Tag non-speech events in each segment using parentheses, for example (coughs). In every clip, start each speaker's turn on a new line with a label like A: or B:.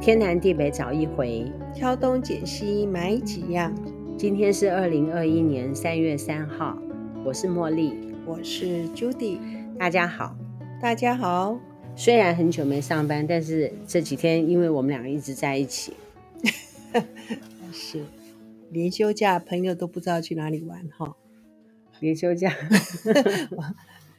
A: 天南地北找一回。
B: 挑东拣西买几样。
A: 今天是二零二一年三月三号，我是茉莉，
B: 我是 Judy，
A: 大家好。
B: 大家好。
A: 虽然很久没上班，但是这几天因为我们两个一直在一起，
B: 是，连休假朋友都不知道去哪里玩哈。
A: 连休假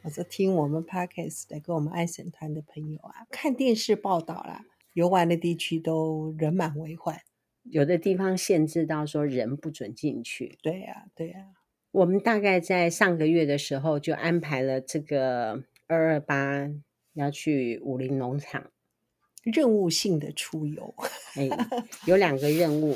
B: 我说听我们 podcast 的跟我们爱省团的朋友啊，看电视报道啦，游玩的地区都人满为患。
A: (laughs) 有的地方限制到说人不准进去。
B: 对呀、对啊呀、
A: 我们大概在上个月的时候就安排了这个二二八要去武林农场，
B: 任务性的出游
A: 哎，有两个任务，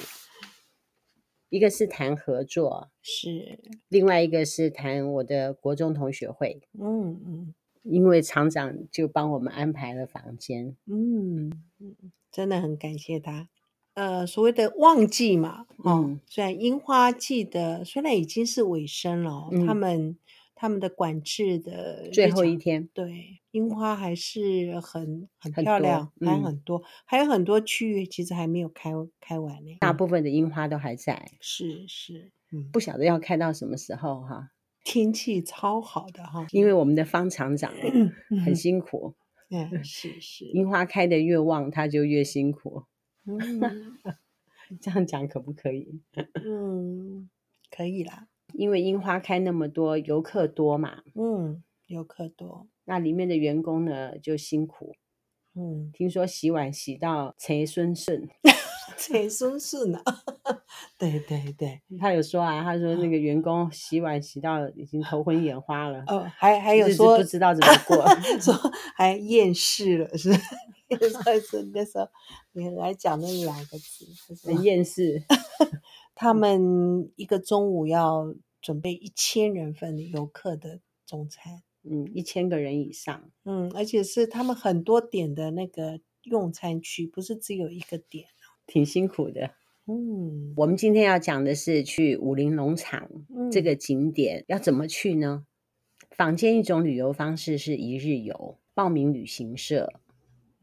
A: 一个是谈合作，
B: 是，
A: 另外一个是谈我的国中同学会，
B: 嗯嗯
A: 因为厂长就帮我们安排了房间。
B: 嗯嗯，真的很感谢他。呃，所谓的旺季嘛，哦，
A: 嗯
B: 虽然樱花季的虽然已经是尾声了哦，他
A: 嗯
B: 们他们的管制的
A: 最
B: 日
A: 后
B: 常
A: 一天，
B: 对，樱花还是很很
A: 很多
B: 漂亮，还
A: 嗯
B: 很多，还有很多区域其实还没有开开完呢。
A: 大部分的樱花都还在，
B: 是是，嗯，
A: 不晓得要开到什么时候哈、
B: 天气超好的哈，
A: 因为我们的方厂长很辛苦，
B: (laughs) 嗯是是，
A: 樱花开得越旺，他就越辛苦。 (laughs)
B: 嗯
A: 这样讲可不可以？
B: 嗯，可以啦，
A: 因为樱花开那么多，游客多嘛，
B: 嗯，游客多，
A: 那里面的员工呢就辛苦。
B: 嗯，
A: 听说洗碗洗到陈孙顺，
B: 贼孙顺啊， (laughs) 对对对，
A: 他有说啊，他说那个员工洗碗洗到已经头昏眼花了，
B: 哦，还还有
A: 日子
B: 说
A: 不知道怎么
B: (laughs)
A: 过。
B: 说还厌世了， (laughs) 是，所以说那时候你很爱讲那两个字，就是
A: 很厌世，
B: 他们一个中午要准备一千人份的游客的中餐，
A: 嗯，一千个人以上，
B: 嗯，而且是他们很多点的那个用餐区，不是只有一个点，
A: 挺辛苦的。
B: 嗯，
A: 我们今天要讲的是去武林农场这
B: 嗯
A: 个景点要怎么去呢？坊间一种旅游方式是一日游，报名旅行社，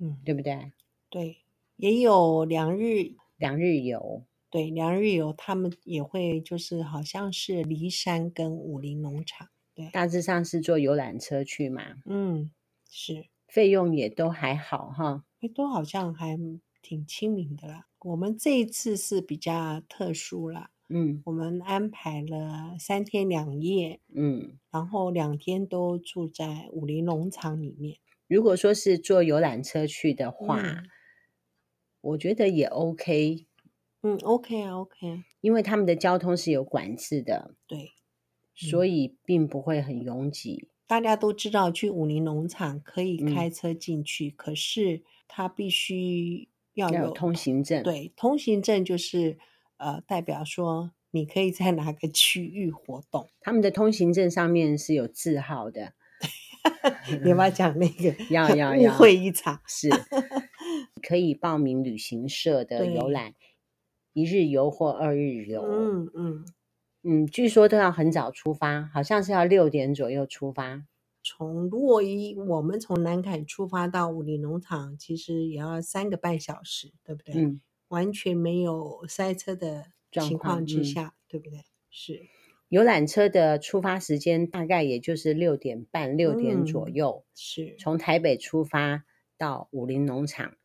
B: 嗯
A: 对不对？
B: 对，也有两日。
A: 两日游，
B: 对，两日游他们也会，就是好像是骊山跟武林农场，
A: 大致上是坐游览车去嘛，
B: 嗯，是，
A: 费用也都还好哈。
B: 诶都好像还挺亲民的啦。我们这一次是比较特殊啦，
A: 嗯
B: 我们安排了三天两夜，
A: 嗯，
B: 然后两天都住在武林农场里面。
A: 如果说是坐游览车去的话，
B: 嗯
A: 我觉得也 OK，
B: 嗯，OK 啊，OK 啊，
A: 因为他们的交通是有管制的，
B: 对，
A: 所以并不会很拥挤。
B: 大家都知道去武林农场可以
A: 嗯
B: 开车进去，可是它必须要
A: 要
B: 有
A: 有通行证，，
B: 对通行证，就是呃代表说你可以在哪个区域活动。
A: 他们的通行证上面是有字号的，
B: 你要不要讲那个？
A: 嗯 (laughs)
B: (laughs)
A: 要要
B: 误
A: 要
B: 会一场。 (laughs)
A: 是可以报名旅行社的游
B: 对
A: 览，一日游或二日游。
B: 嗯嗯，
A: 嗯，据说都要很早出发，好像是要六点左右出发。
B: 从如果一我们从南坎出发到武林农场，其实也要三个半小时，对不对？
A: 嗯，
B: 完全没有塞车的
A: 状
B: 情
A: 况
B: 况之
A: 嗯
B: 下，对不对？是，
A: 游览车的出发时间大概也就是六点半、六点左
B: 嗯
A: 右，
B: 是，
A: 从台北出发到武林农场，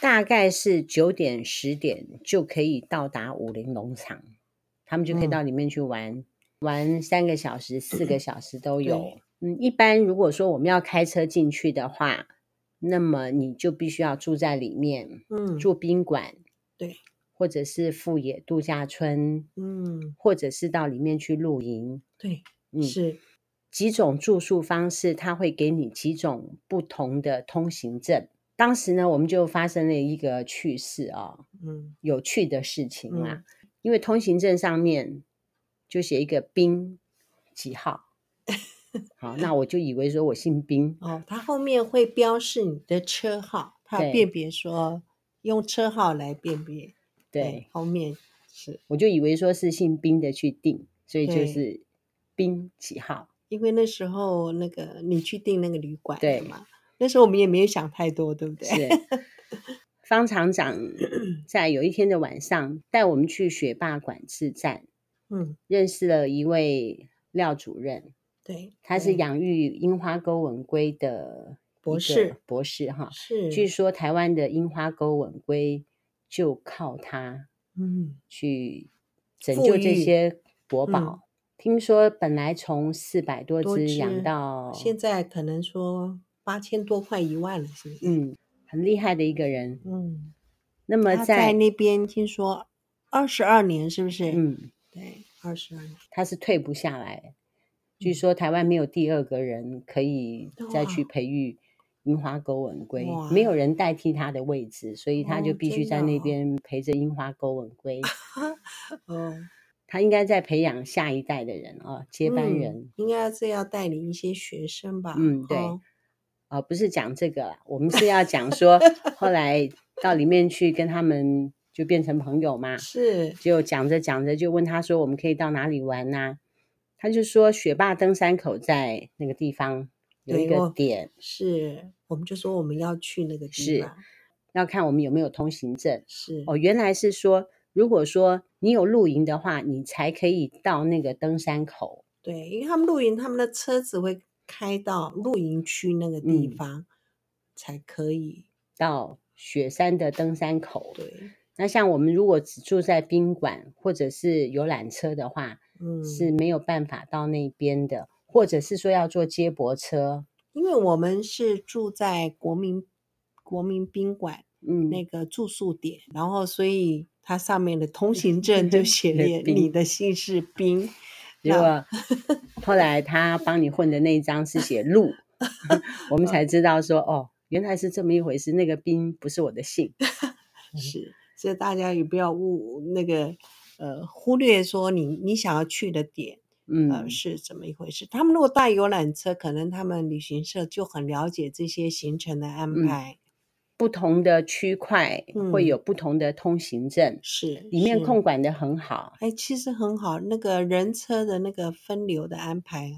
A: 大概是九点、十点就可以到达武林农场，他们就可以
B: 嗯
A: 到里面去玩，玩三个小时、四个小时都有
B: 对。
A: 嗯，一般如果说我们要开车进去的话，那么你就必须要住在里面，
B: 嗯，
A: 住宾馆，
B: 对，
A: 或者是富野度假村，
B: 嗯，
A: 或者是到里面去露营，
B: 对，
A: 嗯，
B: 是，
A: 几种住宿方式，它会给你几种不同的通行证。当时呢，我们就发生了一个趣事啊、
B: 嗯
A: 有趣的事情啦、
B: 嗯
A: 因为通行证上面就写一个冰几
B: (laughs)
A: 号，好，那我就以为说我姓冰，
B: 哦，它后面会标示你的车号，它
A: 对
B: 辨别说用车号来辨别，哎
A: 对，
B: 后面是
A: 我就以为说是姓冰的去订，所以就
B: 对
A: 是冰几号，
B: 因为那时候那个你去订那个旅馆
A: 对
B: 的嘛，那时候我们也没有想太多，对不对？
A: 是。方厂长在有一天的晚上带我们去学霸馆自站，
B: 嗯，
A: 认识了一位廖主任，
B: 对，
A: 他是
B: 对
A: 养育樱花沟吻龟的
B: 博
A: 一个
B: 士
A: 博士哈。
B: 是，
A: 据说台湾的樱花沟吻龟就靠它
B: 嗯
A: 去拯
B: 富
A: 救这
B: 裕
A: 些国宝。
B: 嗯
A: 听说本来从四百多
B: 多
A: 只
B: 只
A: 养到
B: 现在可能说八千多块一万了，是不是？
A: 嗯很厉害的一个人。
B: 嗯，
A: 那么
B: 他在那边听说二十二年，是不是？，
A: 嗯，
B: 对，二十二年。
A: 他是退不下来。
B: 嗯
A: 据说台湾没有第二个人可以再去
B: 哇
A: 培育樱花钩吻龟
B: 哇，
A: 没有人代替他的位置，所以他
B: 哦
A: 就必须
B: 真
A: 在
B: 的
A: 那
B: 哦
A: 边陪着樱花钩吻龟。
B: 哦，
A: 他应该在培养下一代的人啊，接班人
B: 嗯。应该是要带领一些学生吧？
A: 嗯，对
B: 哦。
A: 啊，不是讲这个啦，我们是要讲说后来到里面去跟他们就变成朋友嘛。
B: 是，
A: 就讲着讲着就问他说我们可以到哪里玩呐、他就说雪霸登山口在那个地方有一
B: 对
A: 个
B: 哦
A: 点，
B: 是，我们就说我们要去那个地
A: 是
B: 方，
A: 要看我们有没有通行证。
B: 是
A: 哦，原来是说如果说你有露营的话，你才可以到那个登山口。
B: 对，因为他们露营，他们的车子会开到露营区那个地
A: 嗯
B: 方、才可以。
A: 到雪山的登山口，
B: 对，
A: 那像我们如果只住在宾馆或者是游览车的话，
B: 嗯，
A: 是没有办法到那边的，或者是说要坐接驳车，
B: 因为我们是住在国民国民宾馆
A: 嗯，
B: 那个住宿点，然后所以它上面的通行
A: (laughs)
B: 证就写
A: 是
B: 列
A: 冰
B: 你的姓是冰，
A: 结
B: 嗯
A: 果 (laughs) 后来他帮你混的那一张是写
B: (laughs)
A: 路，我们
B: 嗯
A: 才知道说哦，原来是这么一回事。那个冰不是我的姓，
B: 是，所以大家也不要误那个呃忽略说你你想要去的点。呃，
A: 嗯，
B: 是怎么一回事？他们如果带游览车，可能他们旅行社就很了解这些行程的安
A: 嗯
B: 排。
A: 不同的区块会
B: 嗯
A: 有不同的通行证，
B: 是
A: 里面
B: 是
A: 控管的很好。
B: 哎，其实很好，那个人车的那个分流的安排啊，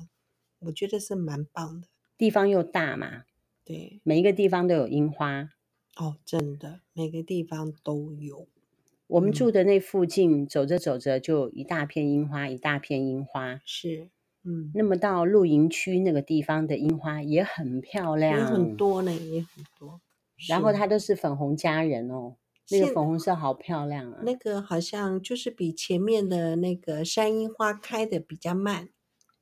B: 我觉得是蛮棒的。
A: 地方又大嘛，
B: 对，
A: 每一个地方都有樱花。
B: 哦，真的，每个地方都有。
A: 我们
B: 嗯
A: 住的那附近，走着走着就一大片樱花，一大片樱花。
B: 是，嗯，
A: 那么到露营区那个地方的樱花也很漂亮，
B: 也很。多呢，也很多。
A: 啊然后
B: 是
A: 它都是粉红佳人哦，那个
B: 现
A: 粉红色好漂亮啊！
B: 那个好像就是比前面的那个山樱花开的比较慢，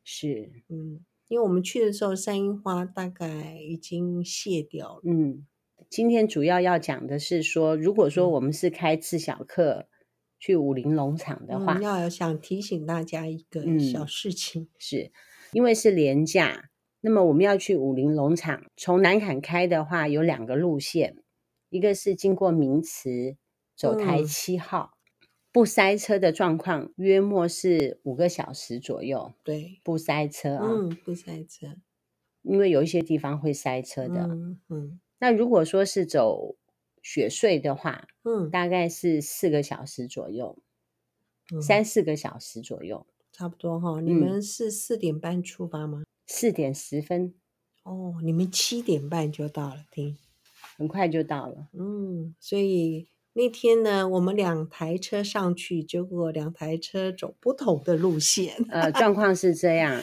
A: 是，
B: 嗯，因为我们去的时候山樱花大概已经谢掉了，
A: 嗯，今天主要要讲的是说，如果
B: 嗯
A: 说我们是开自小课去武林农场的话，
B: 嗯，要想提醒大家一个小
A: 嗯
B: 事情，
A: 是因为是廉价，那么我们要去武林农场，从南坎开的话有两个路线，一个是经过名池走台
B: 嗯
A: 七号，不塞车的状况约莫是五个小时左右，
B: 对，
A: 不塞车啊。
B: 嗯，不塞车，
A: 因为有一些地方会塞车的，
B: 嗯嗯
A: 那如果说是走雪隧的话，
B: 嗯，
A: 大概是四个小时左右，
B: 嗯
A: 三四个小时左右，
B: 差不多哈。你
A: 嗯
B: 们是四点半出发吗？
A: 四点十分
B: 哦，你们七点半就到了，听，
A: 很快就到了。
B: 嗯，所以那天呢，我们两台车上去，结果两台车走不同的路线， (laughs)
A: 呃，状况是这样，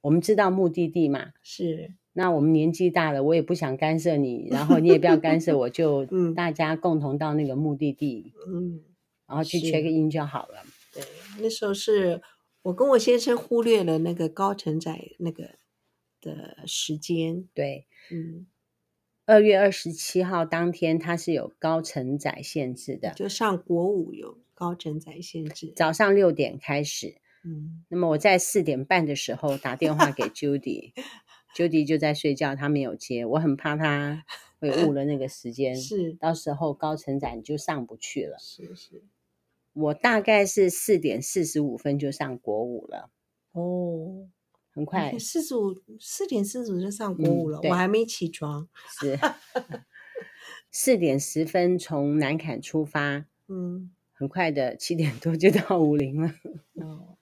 A: 我们知道目的地嘛。
B: 是，
A: 那我们年纪大了，我也不想干涉你，然后你也不要干涉我，就
B: 嗯
A: 大家共同到那个目的地，
B: 嗯，
A: 然后去
B: 是
A: check in 就好了。
B: 对，那时候是我跟我先生忽略了那个高承载那个的时间，
A: 对，
B: 嗯，
A: 二月二十七号当天它是有高承载限制的，
B: 就上国五有高承载限制，
A: 早上六点开始，
B: 嗯，
A: 那么我在四点半的时候打电话给 Judy，Judy 就在睡觉，她没有接，我很怕她会误了那个时间，
B: 是
A: 到时候高承载你就上不去了。
B: 是是，
A: 我大概是四点四十五分就上国五了，
B: 哦，
A: 很
B: (laughs)
A: 快
B: 四十五四点四十五就上国五
A: 嗯
B: 了，
A: 对
B: 我还没起床，
A: 是四点十分从南坎出发，
B: 嗯，
A: 很快的七点多就到武陵了，
B: 哦，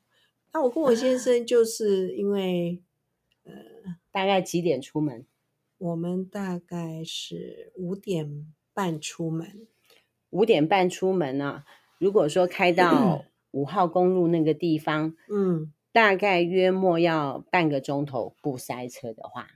B: 那我跟我
A: 啊
B: 先生就是因为
A: 大概几点出门？
B: 我们大概是五点半出门，
A: 五点半出门啊，如果说开到五号公路那个地方，
B: 嗯，
A: 大概约莫要半个钟头不塞车的话，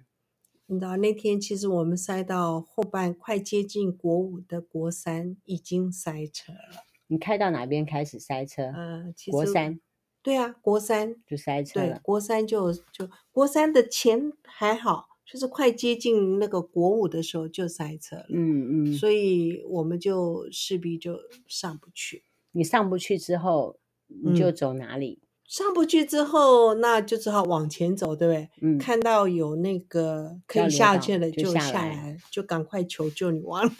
B: 你知道那天其实我们塞到后半，快接近国五的国三已经塞车了。
A: 你开到哪边开始塞车？
B: 呃，其实
A: 国三
B: 对啊，国三
A: 就塞车
B: 对
A: 了。
B: 国三就就国三的前还好，就是快接近那个国五的时候就塞车了。
A: 嗯嗯，
B: 所以我们就势必就上不去。
A: 你上不去之后，你
B: 嗯
A: 就走哪里？
B: 上不去之后，那就只好往前走，对不对？ (laughs)
A: 嗯，
B: 看到有那个
A: 交
B: 可以
A: 流
B: 下
A: 道
B: 去了，
A: 就
B: 就
A: 下
B: 下
A: 来
B: 来，就赶快求救女王了。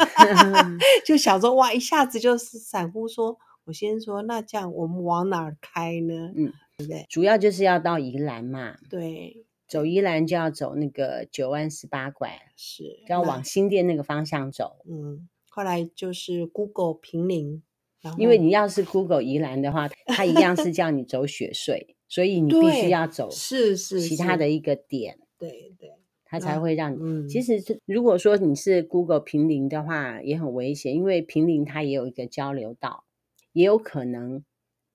B: 就想说，哇，一下子就是散户说，我先说，那这样我们往哪儿开呢？
A: 嗯主要就是要到宜兰嘛，
B: 对，
A: 走宜兰就要走那个九弯十八拐，
B: 是
A: 就要
B: 那
A: 往新店那个方向走。
B: 嗯，后来就是 Google 平林，然后
A: 因为你要是 Google 宜兰的话，它一样是叫你走雪隧，所以你必须
B: 对
A: 要走
B: 是是
A: 其他
B: 是
A: 的一个点，
B: 对对，
A: 它
B: 那
A: 才会让你。
B: 嗯，
A: 其实是，如果说你是 Google 平林的话，也很危险，因为平林它也有一个交流道，也有可能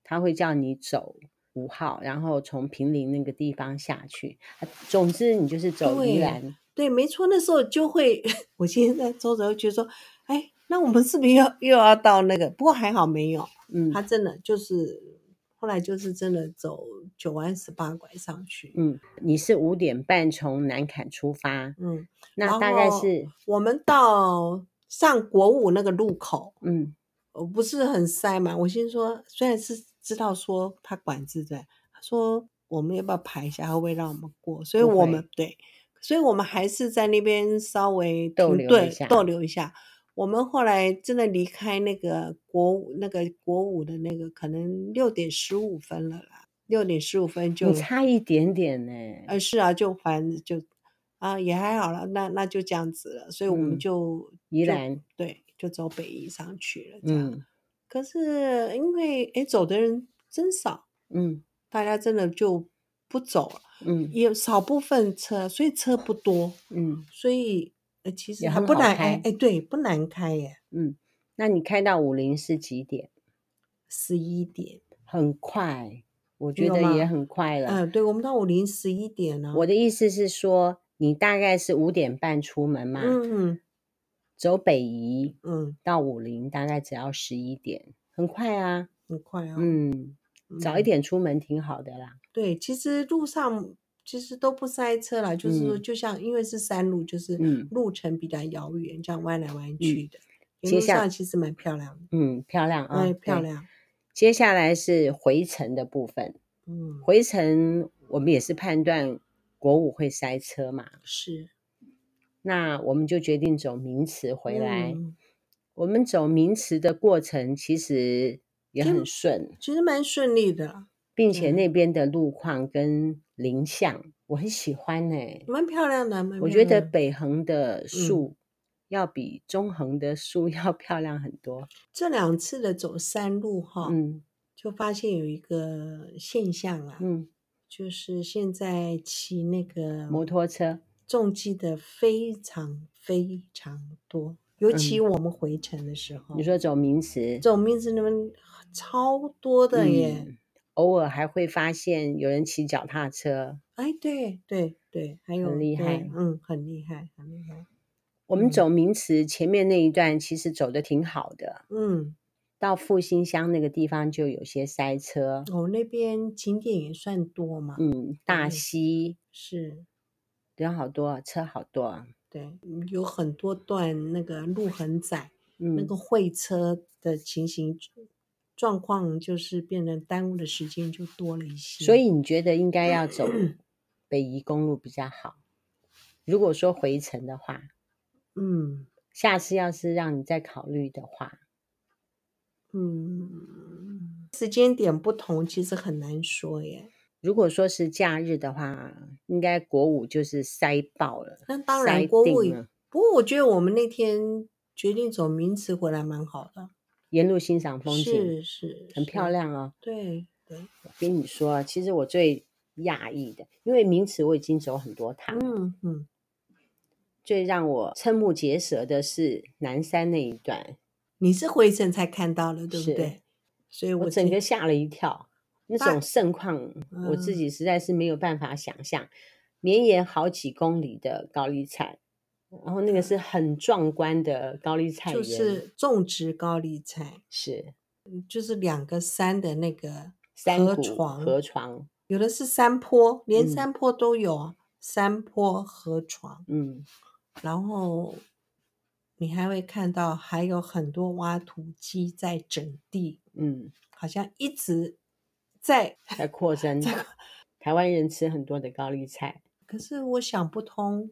A: 它会叫你走五号，然后从平林那个地方下去。啊总之，你就是走宜
B: 对
A: 兰，
B: 对，没错，那时候就会， (laughs) 我现在周周觉得说，哎，那我们是不是又又要到那个？不过还好没有，
A: 嗯
B: 他真的就是后来就是真的走九弯十八拐上去。
A: 嗯，你是五点半从南坎出发，
B: 嗯，
A: 那
B: 然
A: 大概
B: 后
A: 是
B: 我们到上国五那个路口，
A: 嗯
B: 我呃不是很塞嘛。我先说，虽然是知道说他管制对，他说我们要不要排一下，会不会让我们过？所以
A: 不
B: 我
A: 会
B: 们对，所以我们还是在那边稍微
A: 逗
B: 停
A: 留一
B: 顿
A: 下
B: 逗留一下。我们后来真的离开那个国五那个国五的那个，可能六点十五分了啦，六点十五分就
A: 你差一点点呢、
B: 呃，是啊，就反正就啊也还好了，那那就这样子了，所以我们
A: 嗯
B: 就、
A: 宜
B: 就
A: 兰，
B: 对，就走北宜上去了，这样。
A: 嗯
B: 可是因为哎走的人真少，
A: 嗯
B: 大家真的就不走了，
A: 嗯
B: 也少部分车，所以车不多，
A: 嗯
B: 所以呃其实
A: 也
B: 还
A: 很
B: 不
A: 好
B: 难
A: 开
B: 哎哎对不难开耶，
A: 嗯，那你开到五零是几点？
B: 十一点，
A: 很快，我觉
B: 有
A: 得也
B: 吗
A: 很快了。
B: 嗯、对我们到五零十一点呢、
A: 啊我的意思是说，你大概是五点半出门嘛，
B: 嗯
A: 走北宜
B: 嗯
A: 到武陵大概只要十一点，很快啊。
B: 很快啊、
A: 嗯，早一
B: 嗯
A: 点出门挺好的啦。
B: 对，其实路上其实都不塞车啦，就是说，
A: 嗯
B: 就像因为是山路，就是
A: 嗯
B: 路程比较遥远，这样弯来弯去的。沿
A: 接
B: 路
A: 下
B: 上其实蛮漂亮的，
A: 嗯，漂亮啊，
B: 哎，
A: 对
B: 漂。亮。
A: 接下来是回程的部分，
B: 嗯，
A: 回程我们也是判断国五会塞车嘛，
B: 是
A: 那我们就决定走名池回来。
B: 嗯
A: 我们走名池的过程其实也很
B: 嗯
A: 顺，
B: 其实蛮顺利的，
A: 并且
B: 嗯
A: 那边的路况跟林相我很喜欢呢、
B: 蛮漂亮的，蛮
A: 我
B: 漂
A: 觉得
B: 亮的
A: 北横
B: 嗯
A: 的树要比中横的树 (laughs) 要漂亮很多。
B: 这两次的走山路哈，
A: 嗯
B: 就发现有一个现象啊，
A: 嗯，
B: 就是现在骑那个
A: 摩托车
B: 重机的非常非常多，尤其我们回程的时候，
A: 嗯你说走名池，
B: 这种面子那边超多的耶！
A: 嗯偶尔还会发现有人骑脚踏车。
B: 哎，对对对，还有
A: 厉
B: 对
A: 害
B: 嗯，很厉害，很厉害，
A: 我们
B: 嗯
A: 走名池前面那一段其实走的挺好的，
B: 嗯，
A: 到复兴乡那个地方就有些塞车，
B: 我、那边景点也算多嘛，
A: 嗯，大
B: 嗯
A: 溪
B: 是，
A: 人好多，车好多，
B: 对，嗯有很多段那个路很窄，
A: 嗯，
B: 那个会车的情形状况，就是变成耽误的时间就多了一些，
A: 所以你觉得应该要
B: (clears throat)
A: 走北宜公路比较好？如果说回程的话，
B: 嗯。
A: 下次要是让你再考虑的话，
B: 嗯，时间点不同，其实很难说耶。
A: 如果说是假日的话，应该国五就是塞爆了，
B: 那当
A: 塞
B: 然，国
A: 定
B: 务
A: 了
B: 不过我觉得我们那天决定走名词回来蛮好的，
A: 沿路欣赏风景
B: 是是，
A: 很漂
B: 是。
A: 亮哦。
B: 对对，
A: 我跟你说，其实我最讶异的，因为名词我已经走很多趟，
B: 嗯嗯，
A: 最让我瞠目结舌的是南山那一段，
B: 你是回程才看到了，对不
A: 是
B: 对？所以
A: 我
B: 我
A: 整
B: 今
A: 个吓了一跳，那
B: 大
A: 种盛况我自
B: 嗯
A: 己实在是没有办法想象，绵延好几公里的高丽菜，然后那个是很壮观的高丽菜园，
B: 就是种植高丽菜，
A: 是
B: 就是两个山的那个
A: 山
B: 河
A: 谷
B: 床，
A: 河床，
B: 有的是山坡，连
A: 嗯
B: 山坡都有，啊，山坡河床，
A: 嗯，
B: 然后你还会看到还有很多挖土机在整地，
A: 嗯，
B: 好像一直 (laughs) 在。
A: 在扩增。台湾人吃很多的高丽菜，
B: 可是我想不通，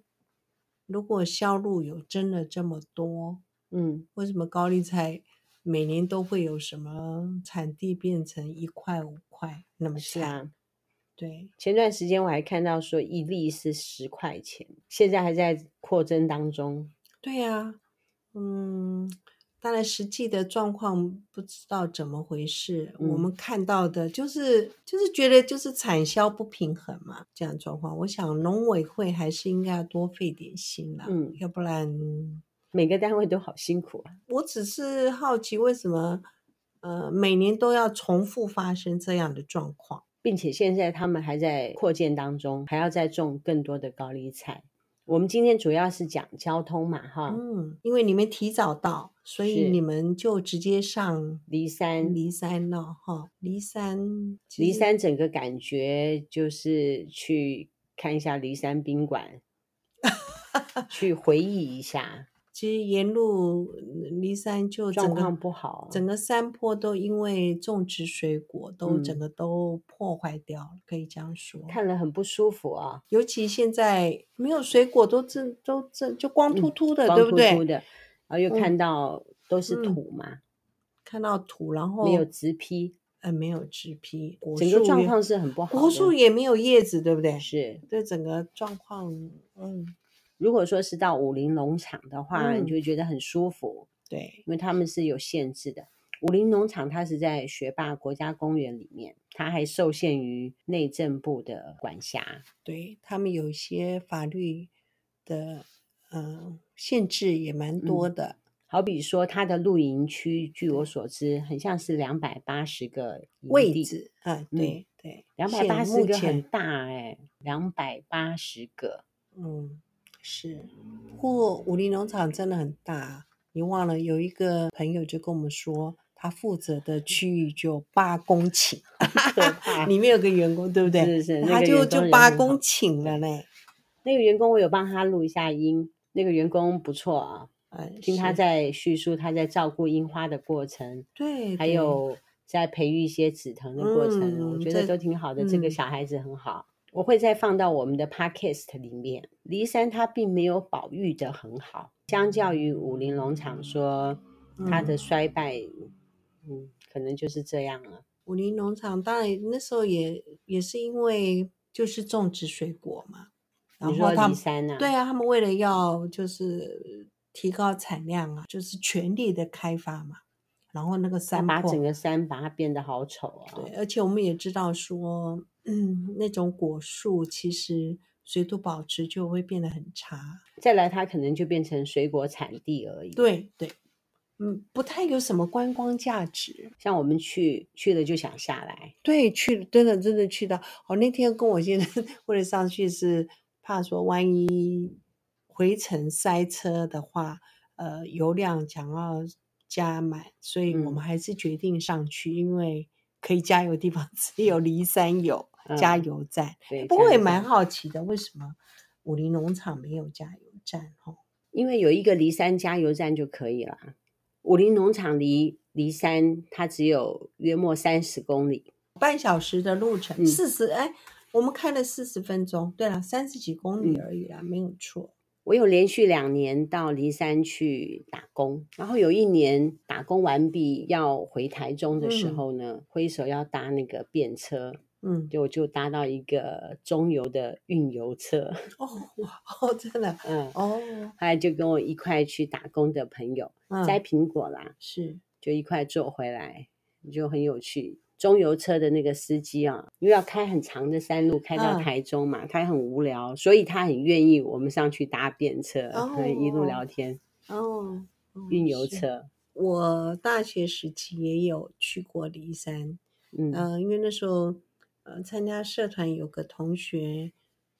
B: 如果销路有真的这么多，
A: 嗯，
B: 为什么高丽菜每年都会有什么产地变成一块五块那么
A: 是
B: 大？
A: 啊。
B: 对，
A: 前段时间我还看到说一粒是十块钱，现在还在扩增当中。
B: 对呀、嗯，当然实际的状况不知道怎么回事，我
A: 嗯
B: 们看到的就是就是觉得就是产销不平衡嘛，这样的状况，我想农委会还是应该要多费点心啦，
A: 嗯
B: 要不然
A: 每个单位都好辛苦啊。
B: 我只是好奇为什么呃每年都要重复发生这样的状况。
A: 并且现在他们还在扩建当中，还要再种更多的高丽菜。我们今天主要是讲交通嘛，哈，
B: 嗯，因为你们提早到，所以
A: 啊是嗯
B: 你们就直接上
A: 离山，
B: 离山了哈。离山，其
A: 离
B: 实
A: 山整个感觉就是去看一下离山宾馆，
B: (laughs)
A: 去回忆一下，
B: 其实沿路嗯离山就整
A: 状
B: 个
A: 况不好啊
B: 整个山坡都因为种植水果都整
A: 嗯
B: 个都破坏掉了，可以这样说。
A: 看了很不舒服啊，
B: 尤其现在没有水果都这都这就光秃
A: 嗯
B: 秃的，
A: 光
B: 对不
A: 秃
B: 对？
A: 秃的，然后又
B: 嗯
A: 看到都是
B: 嗯
A: 土嘛，
B: 看到土，然后
A: 没有植批，
B: 呃没有植皮，果
A: 整个
B: 树
A: 状
B: 也
A: 况是很不好的。
B: 果树也没有叶子，对不对？
A: 是
B: 对整个状况，嗯，
A: 如果说是到武林农场的话，
B: 嗯
A: 你就会觉得很舒服，
B: 对，
A: 因为他们是有限制的。武林农场它是在学霸国家公园里面，它还受限于内政部的管辖。
B: 对他们有一些法律的呃限制也蛮多
A: 嗯
B: 的，
A: 好比说，它的露营区，据我所知，很像是两百八十个营
B: 位
A: 地，嗯
B: 置啊、对对，
A: 两百
B: 现
A: 八十
B: 目
A: 个
B: 前
A: 很大哎、2两百八十
B: (laughs)
A: 个，
B: 嗯是，不过武林农场真的很大，你忘了有一个朋友就跟我们说。他负责的区域就八公
A: (laughs)
B: 顷，
A: 可怕！
B: 里面有个员工，对不对？
A: 啊是是那
B: 他
A: 个
B: 就
A: 员工
B: 就
A: 人
B: 八
A: 很
B: 公
A: 好
B: 顷了嘞。
A: 那个员工我有帮他录一下音，那个员工不错啊，
B: 呃，
A: 听他
B: 是
A: 在叙述他在照顾樱花的过程，
B: 对，
A: 还
B: 对
A: 有在培育一些紫藤的过程，啊我
B: 嗯
A: 觉得
B: 这
A: 都挺好的。这个
B: 嗯
A: 小孩子很好，我会再放到我们的 podcast 里面。骊山它并没有保育的很好，相较于武林农场说它的衰败，嗯，可能就是这样了。
B: 武林农场，当然那时候也也是因为就是种植水果嘛，然
A: 你
B: 后
A: 说
B: 他
A: 骊
B: 们
A: 山呐、
B: 对，啊，他们为了要就是提高产量啊，就是全力的开发嘛，然后那个
A: 它
B: 山
A: 把整
B: 坡，
A: 个山把它变得好丑啊、
B: 对，而且我们也知道说，嗯，那种果树其实水土保持就会变得很差，
A: 再来它可能就变成水果产地而已。，
B: 对对，嗯，不太有什么观光价值，
A: 像我们去去了就想下来，
B: 对，去真的真的去到，我、那天跟我先生为了上去是怕说万一回程塞车的话，呃，油量想要加满，所以我
A: 嗯
B: 们还是决定上去，因为可以加油的地方 (laughs) 只有骊山有加
A: 嗯
B: 油站。
A: 对，
B: 不过
A: 这
B: 也
A: 样子
B: 蛮好奇的，为什么武林农场没有加油站？哦，
A: 因为有一个离山加油站就可以了。啊武林农场离离山它只有约莫三十公里，
B: 半小时的路程，
A: 嗯
B: 四十、哎，我们开了四十分钟，对了，三十几公里
A: 嗯
B: 而已啦，没有错。
A: 我有连续两年到离山去打工，然后有一年打工完毕要回台中的时
B: 嗯
A: 候呢，挥手要搭那个便车，
B: 嗯， (laughs)
A: 就就搭到一个中油的运油车，
B: 哦，哇，哦，真的，
A: 嗯，后
B: 哦，
A: 来就跟我一块去打工的朋友
B: 嗯，
A: 摘苹果啦，
B: 是，
A: 就一块坐回来，就很有趣。中油车的那个司机啊，因为要开很长的山路，开到
B: 嗯
A: 台中嘛，他很无聊，所以他很愿意我们上去搭便车，可以一路
B: 哦
A: 聊天，
B: 哦，嗯
A: 运油，
B: 是
A: 车。
B: 我大学时期也有去过骊山，
A: 嗯
B: 嗯、因为那时候呃参加社团有个同学，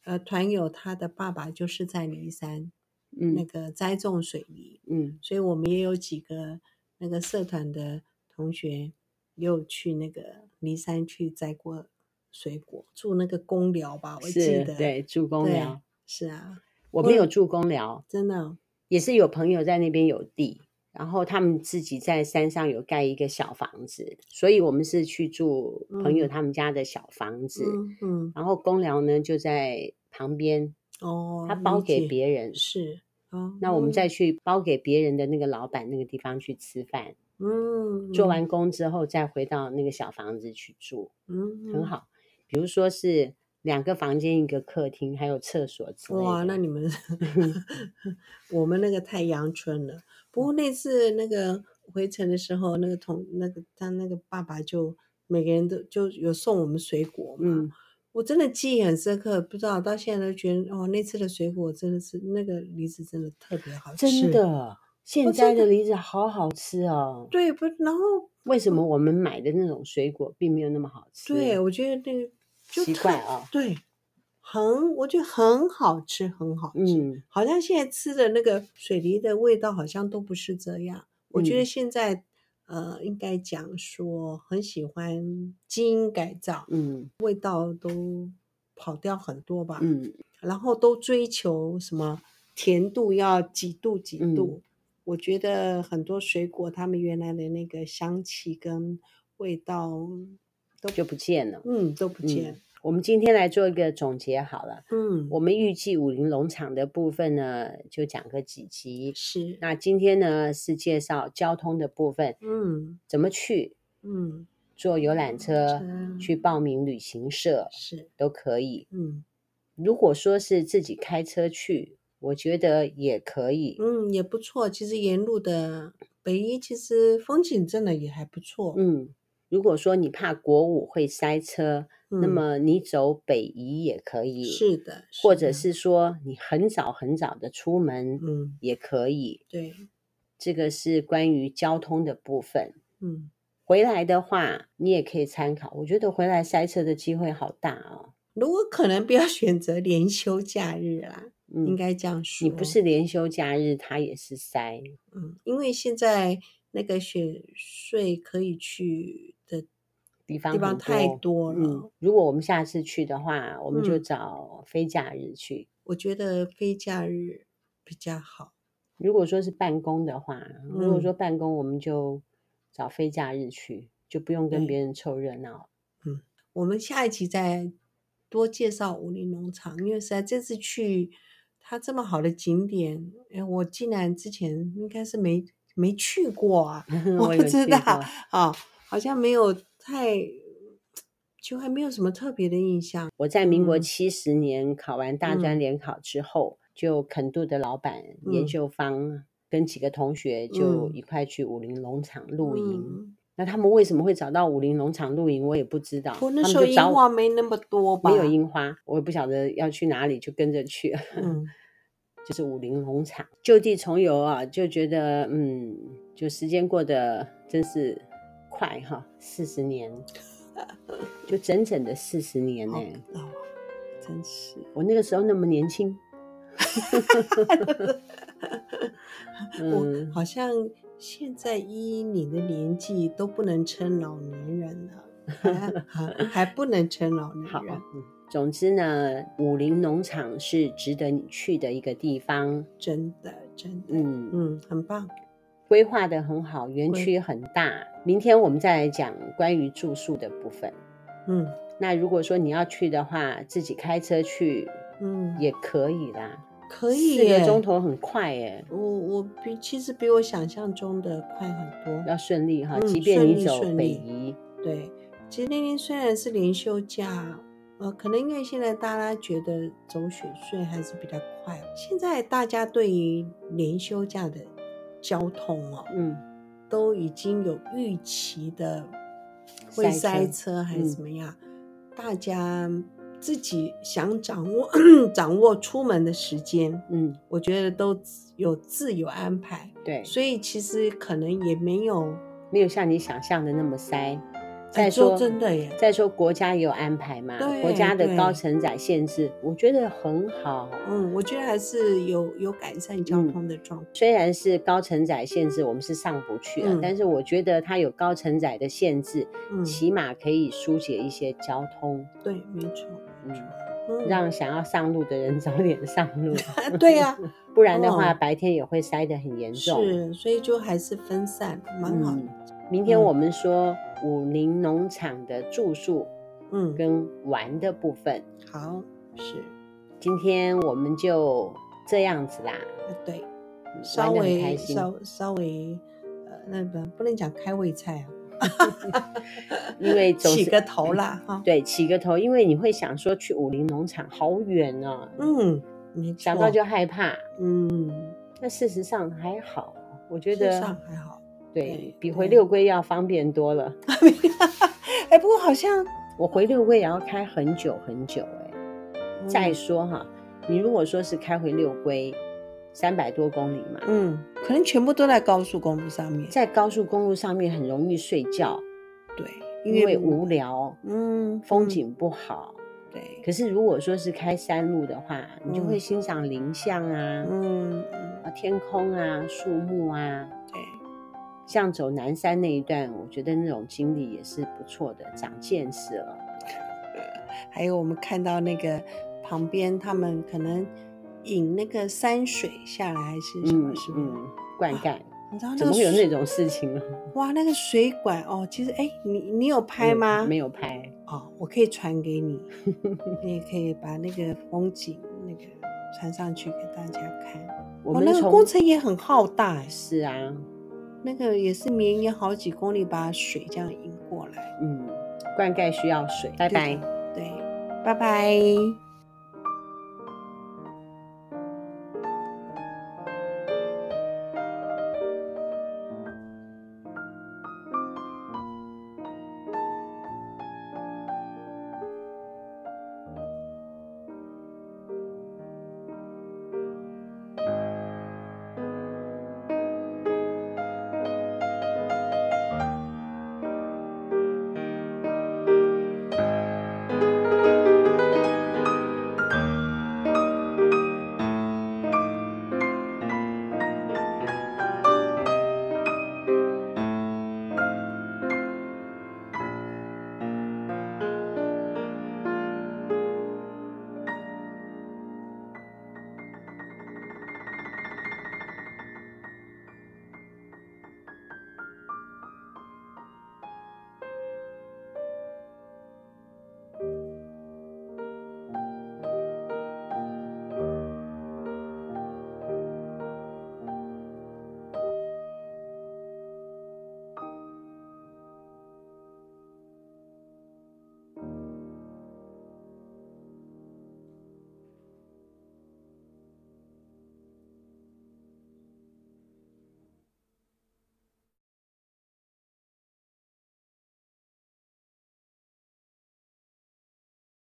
B: 呃团友他的爸爸就是在骊山、那
A: 嗯
B: 个栽种水泥，
A: 嗯
B: 所以我们也有几个那个社团的同学也有去那个骊山去摘过水果，住那个公寮吧，我记
A: 是
B: 得
A: 对住公
B: 对
A: 寮，
B: 是啊，
A: 我没有住公寮，
B: 真的哦
A: 也是有朋友在那边有地，然后他们自己在山上有盖一个小房子，所以我们是去住朋友
B: 嗯
A: 他们家的小房子，
B: 嗯嗯
A: 然后公寮呢就在旁边，
B: 哦，
A: 他包
B: 理
A: 给
B: 解
A: 别人，
B: 是哦，
A: 那我们
B: 嗯
A: 再去包给别人的那个老板那个地方去吃饭，
B: 嗯
A: 做完工之后再回到那个小房子去住，
B: 嗯
A: 很
B: 嗯
A: 好。比如说是两个房间、一个客厅，还有厕所之类的。
B: 嗯哇，那你们 (laughs) 我们那个太阳春了。不过那次那个回程的时候，那个同那个他那个爸爸就每个人都就有送我们水果嘛。
A: 嗯，
B: 我真的记忆很深刻，不知道到现在都觉得哦，那次的水果真的是那个梨子真的特别好吃，
A: 真的，
B: 哦
A: 现在的梨子好好吃哦。
B: 对不？然后
A: 为什么我们买的那种水果并没有那么好吃？
B: 对，我觉得那个就
A: 奇
B: 特
A: 怪啊、
B: 对，很我觉得很好吃，很好吃。
A: 嗯，
B: 好像现在吃的那个水梨的味道好像都不是这样。我
A: 嗯
B: 觉得现在呃，应该讲说很喜欢基因改造，
A: 嗯
B: 味道都跑掉很多吧。
A: 嗯
B: 然后都追求什么甜度要几度几度。
A: 嗯
B: 我觉得很多水果他们原来的那个香气跟味道，
A: 就不见了。
B: 嗯，都不见。
A: 我们今天来做一个总结好了。
B: 嗯，
A: 我们预计武林农场的部分呢，就讲个几集。
B: 是，
A: 那今天呢是介绍交通的部分，
B: 嗯
A: 怎么去
B: 嗯，
A: 坐游览车
B: 车、
A: 去报名旅行社
B: 是，
A: 都可以。
B: 嗯
A: 如果说是自己开车去，我觉得也可以。
B: 嗯，也不错。其实沿路的北一其实风景真的也还不错。
A: 嗯，如果说你怕国五会塞车，那
B: 嗯
A: 么你走北宜也可以，
B: 是的，
A: 或者
B: 的
A: 是说你很早很早的出门
B: 嗯，
A: 也可以。
B: 对，
A: 这个是关于交通的部分。
B: 嗯
A: 回来的话，你也可以参考。我觉得回来塞车的机会好大哦。
B: 如果可能，不要选择连休假日啦，应
A: 嗯，
B: 该这样说。
A: 你不是连休假日，它也是塞。
B: 嗯，因为现在那个雪税可以去的
A: 地方
B: 地方
A: 很
B: 太多
A: 嗯
B: 了，
A: 如果我们下次去的话，我们就
B: 嗯
A: 找非假日去。
B: 我觉得非假日比较好。
A: 如果说是办公的话，如果
B: 嗯
A: 说办公，我们就找非假日去，就不用跟
B: 对
A: 别人凑热闹。
B: 我们下一集再多介绍武林农场，因为实在这次去它这么好的景点，哎，我竟然之前应该是没没去过啊，我
A: (laughs) 我
B: 不
A: 有
B: 知
A: 去
B: 道
A: 过
B: 啊，好像没有太，就还没有什么特别的印象。
A: 我在民国
B: 嗯
A: 七十年考完大专
B: 嗯
A: 联考之后，就肯度的老板严
B: 嗯
A: 秀芳跟几个同学就
B: 嗯
A: 一块去武林农场露营。
B: 嗯，
A: 那他们为什么会找到武林农场露营，我也不知道。
B: 我哦那
A: 他们
B: 时候
A: 就
B: 樱
A: 找我
B: 花没那么多吧？
A: 没有樱花，我也不晓得要去哪里，就跟着去。
B: 嗯，
A: 就是武林农场， (laughs) 就地重游啊，就觉得嗯，就时间过得真是快哈，四十
B: (laughs)
A: 年，就整整的四十年呢、
B: 好哦，真是。
A: 我那个时候那么年轻，嗯
B: (laughs) 我好像现在依你的年纪都不能称老年人了，还还不能称老年
A: 好
B: 人。，
A: 嗯总之呢，武林农场是值得你去的一个地方，
B: 真的真的，
A: 嗯，
B: 嗯，很棒，
A: 规划的很好，园
B: 规
A: 区很大。明天我们再来讲关于住宿的部分。
B: 嗯
A: 那如果说你要去的话，自己开车去
B: 嗯，
A: 也可以啦，
B: 可
A: 四
B: 以
A: 个
B: 耶。
A: 钟头很快耶，
B: 我我比其实比我想象中的快很多。
A: 要顺利哈。
B: 嗯
A: 即便你
B: 顺利
A: 走
B: 顺
A: 北
B: 利
A: 宜，
B: 对，其实那天虽然是连休假，呃，可能因为现在大家觉得走雪隧还是比较快，现在大家对于连休假的交通哦，
A: 嗯，
B: 都已经有预期的会
A: 塞车
B: 塞
A: 嗯
B: 车还是怎么样，大家自己想掌握 (coughs) 掌握出门的时间，
A: 嗯，
B: 我觉得都有自有安排，
A: 对，
B: 所以其实可能也没有
A: 没有像你想象的那么塞。
B: 哎
A: 再
B: 说
A: 说，
B: 真的耶，
A: 再说国家也有安排嘛，
B: 对
A: 国家的
B: 对
A: 高承载限制，我觉得很好。
B: 嗯，我觉得还是有有改善交
A: 嗯
B: 通的状况。
A: 虽然是高承载限制，我们是上不去啊，
B: 嗯
A: 但是我觉得它有高承载的限制，
B: 嗯，
A: 起码可以疏解一些交通，
B: 对，没错，没错
A: 嗯，
B: 嗯，
A: 让想要上路的人 (laughs) 早点上路。
B: (laughs) 对呀、
A: 不然的话，
B: 哦
A: 白天也会塞得很严重。
B: 是，所以就还是分散，蛮好的。
A: 明天
B: 嗯
A: 我们说武林农场的住宿
B: 嗯，
A: 跟玩的部分，
B: 好，是，
A: 今天我们就这样子啦，
B: 呃对，
A: 嗯
B: 稍
A: 玩得很
B: 微
A: 开心。
B: 稍稍微，呃，那个不能讲开胃菜啊，啊
A: (laughs) 因为总
B: 起
A: 是
B: 个头啦，哈，
A: 对，起个头，因为你会想说去武林农场好远啊，
B: 嗯，没错，
A: 想到就害怕。
B: 嗯，
A: 那事实上还好，我觉
B: 觉得
A: 得
B: 上还好，
A: 对
B: 对
A: 比回
B: 对
A: 六龟要方便多了。
B: 哎，不过好像
A: 我回六龟也要开很久很久哎、
B: 嗯
A: 再说哈，你如果说是开回六龟，三百多公里嘛，
B: 嗯，嗯，可能全部都在高速公路上面，
A: 在高速公路上面很容易睡觉，
B: 对，
A: 因为无，聊，
B: 嗯，
A: 风
B: 嗯，
A: 景不好。
B: 对，
A: 可是如果说是开山路的话，你就会
B: 嗯
A: 欣赏林相啊、
B: 嗯嗯，
A: 啊天空啊、树木啊。
B: 对，
A: 像走南山那一段，我觉得那种经历也是不错的，长见识了。
B: 还有我们看到那个旁边他们可能引那个山水下来，还是什么
A: 嗯
B: 什么，
A: 嗯，灌溉
B: 你知道那
A: 怎
B: 个
A: 么会有那
B: 水
A: 种事情呢？
B: 哇那个水管哦，其实哎，你你有拍吗？
A: 没有拍。
B: 哦，我可以传给你，你也可以把那个风景那个传上去给大家看。
A: 我
B: 哇
A: 们
B: 哦那个
A: 从
B: 工程也很浩大哎，
A: 是啊，
B: 那个也是绵延好几公里，把水这样引过来。
A: 嗯，灌溉需要水。拜拜。
B: 对，拜拜。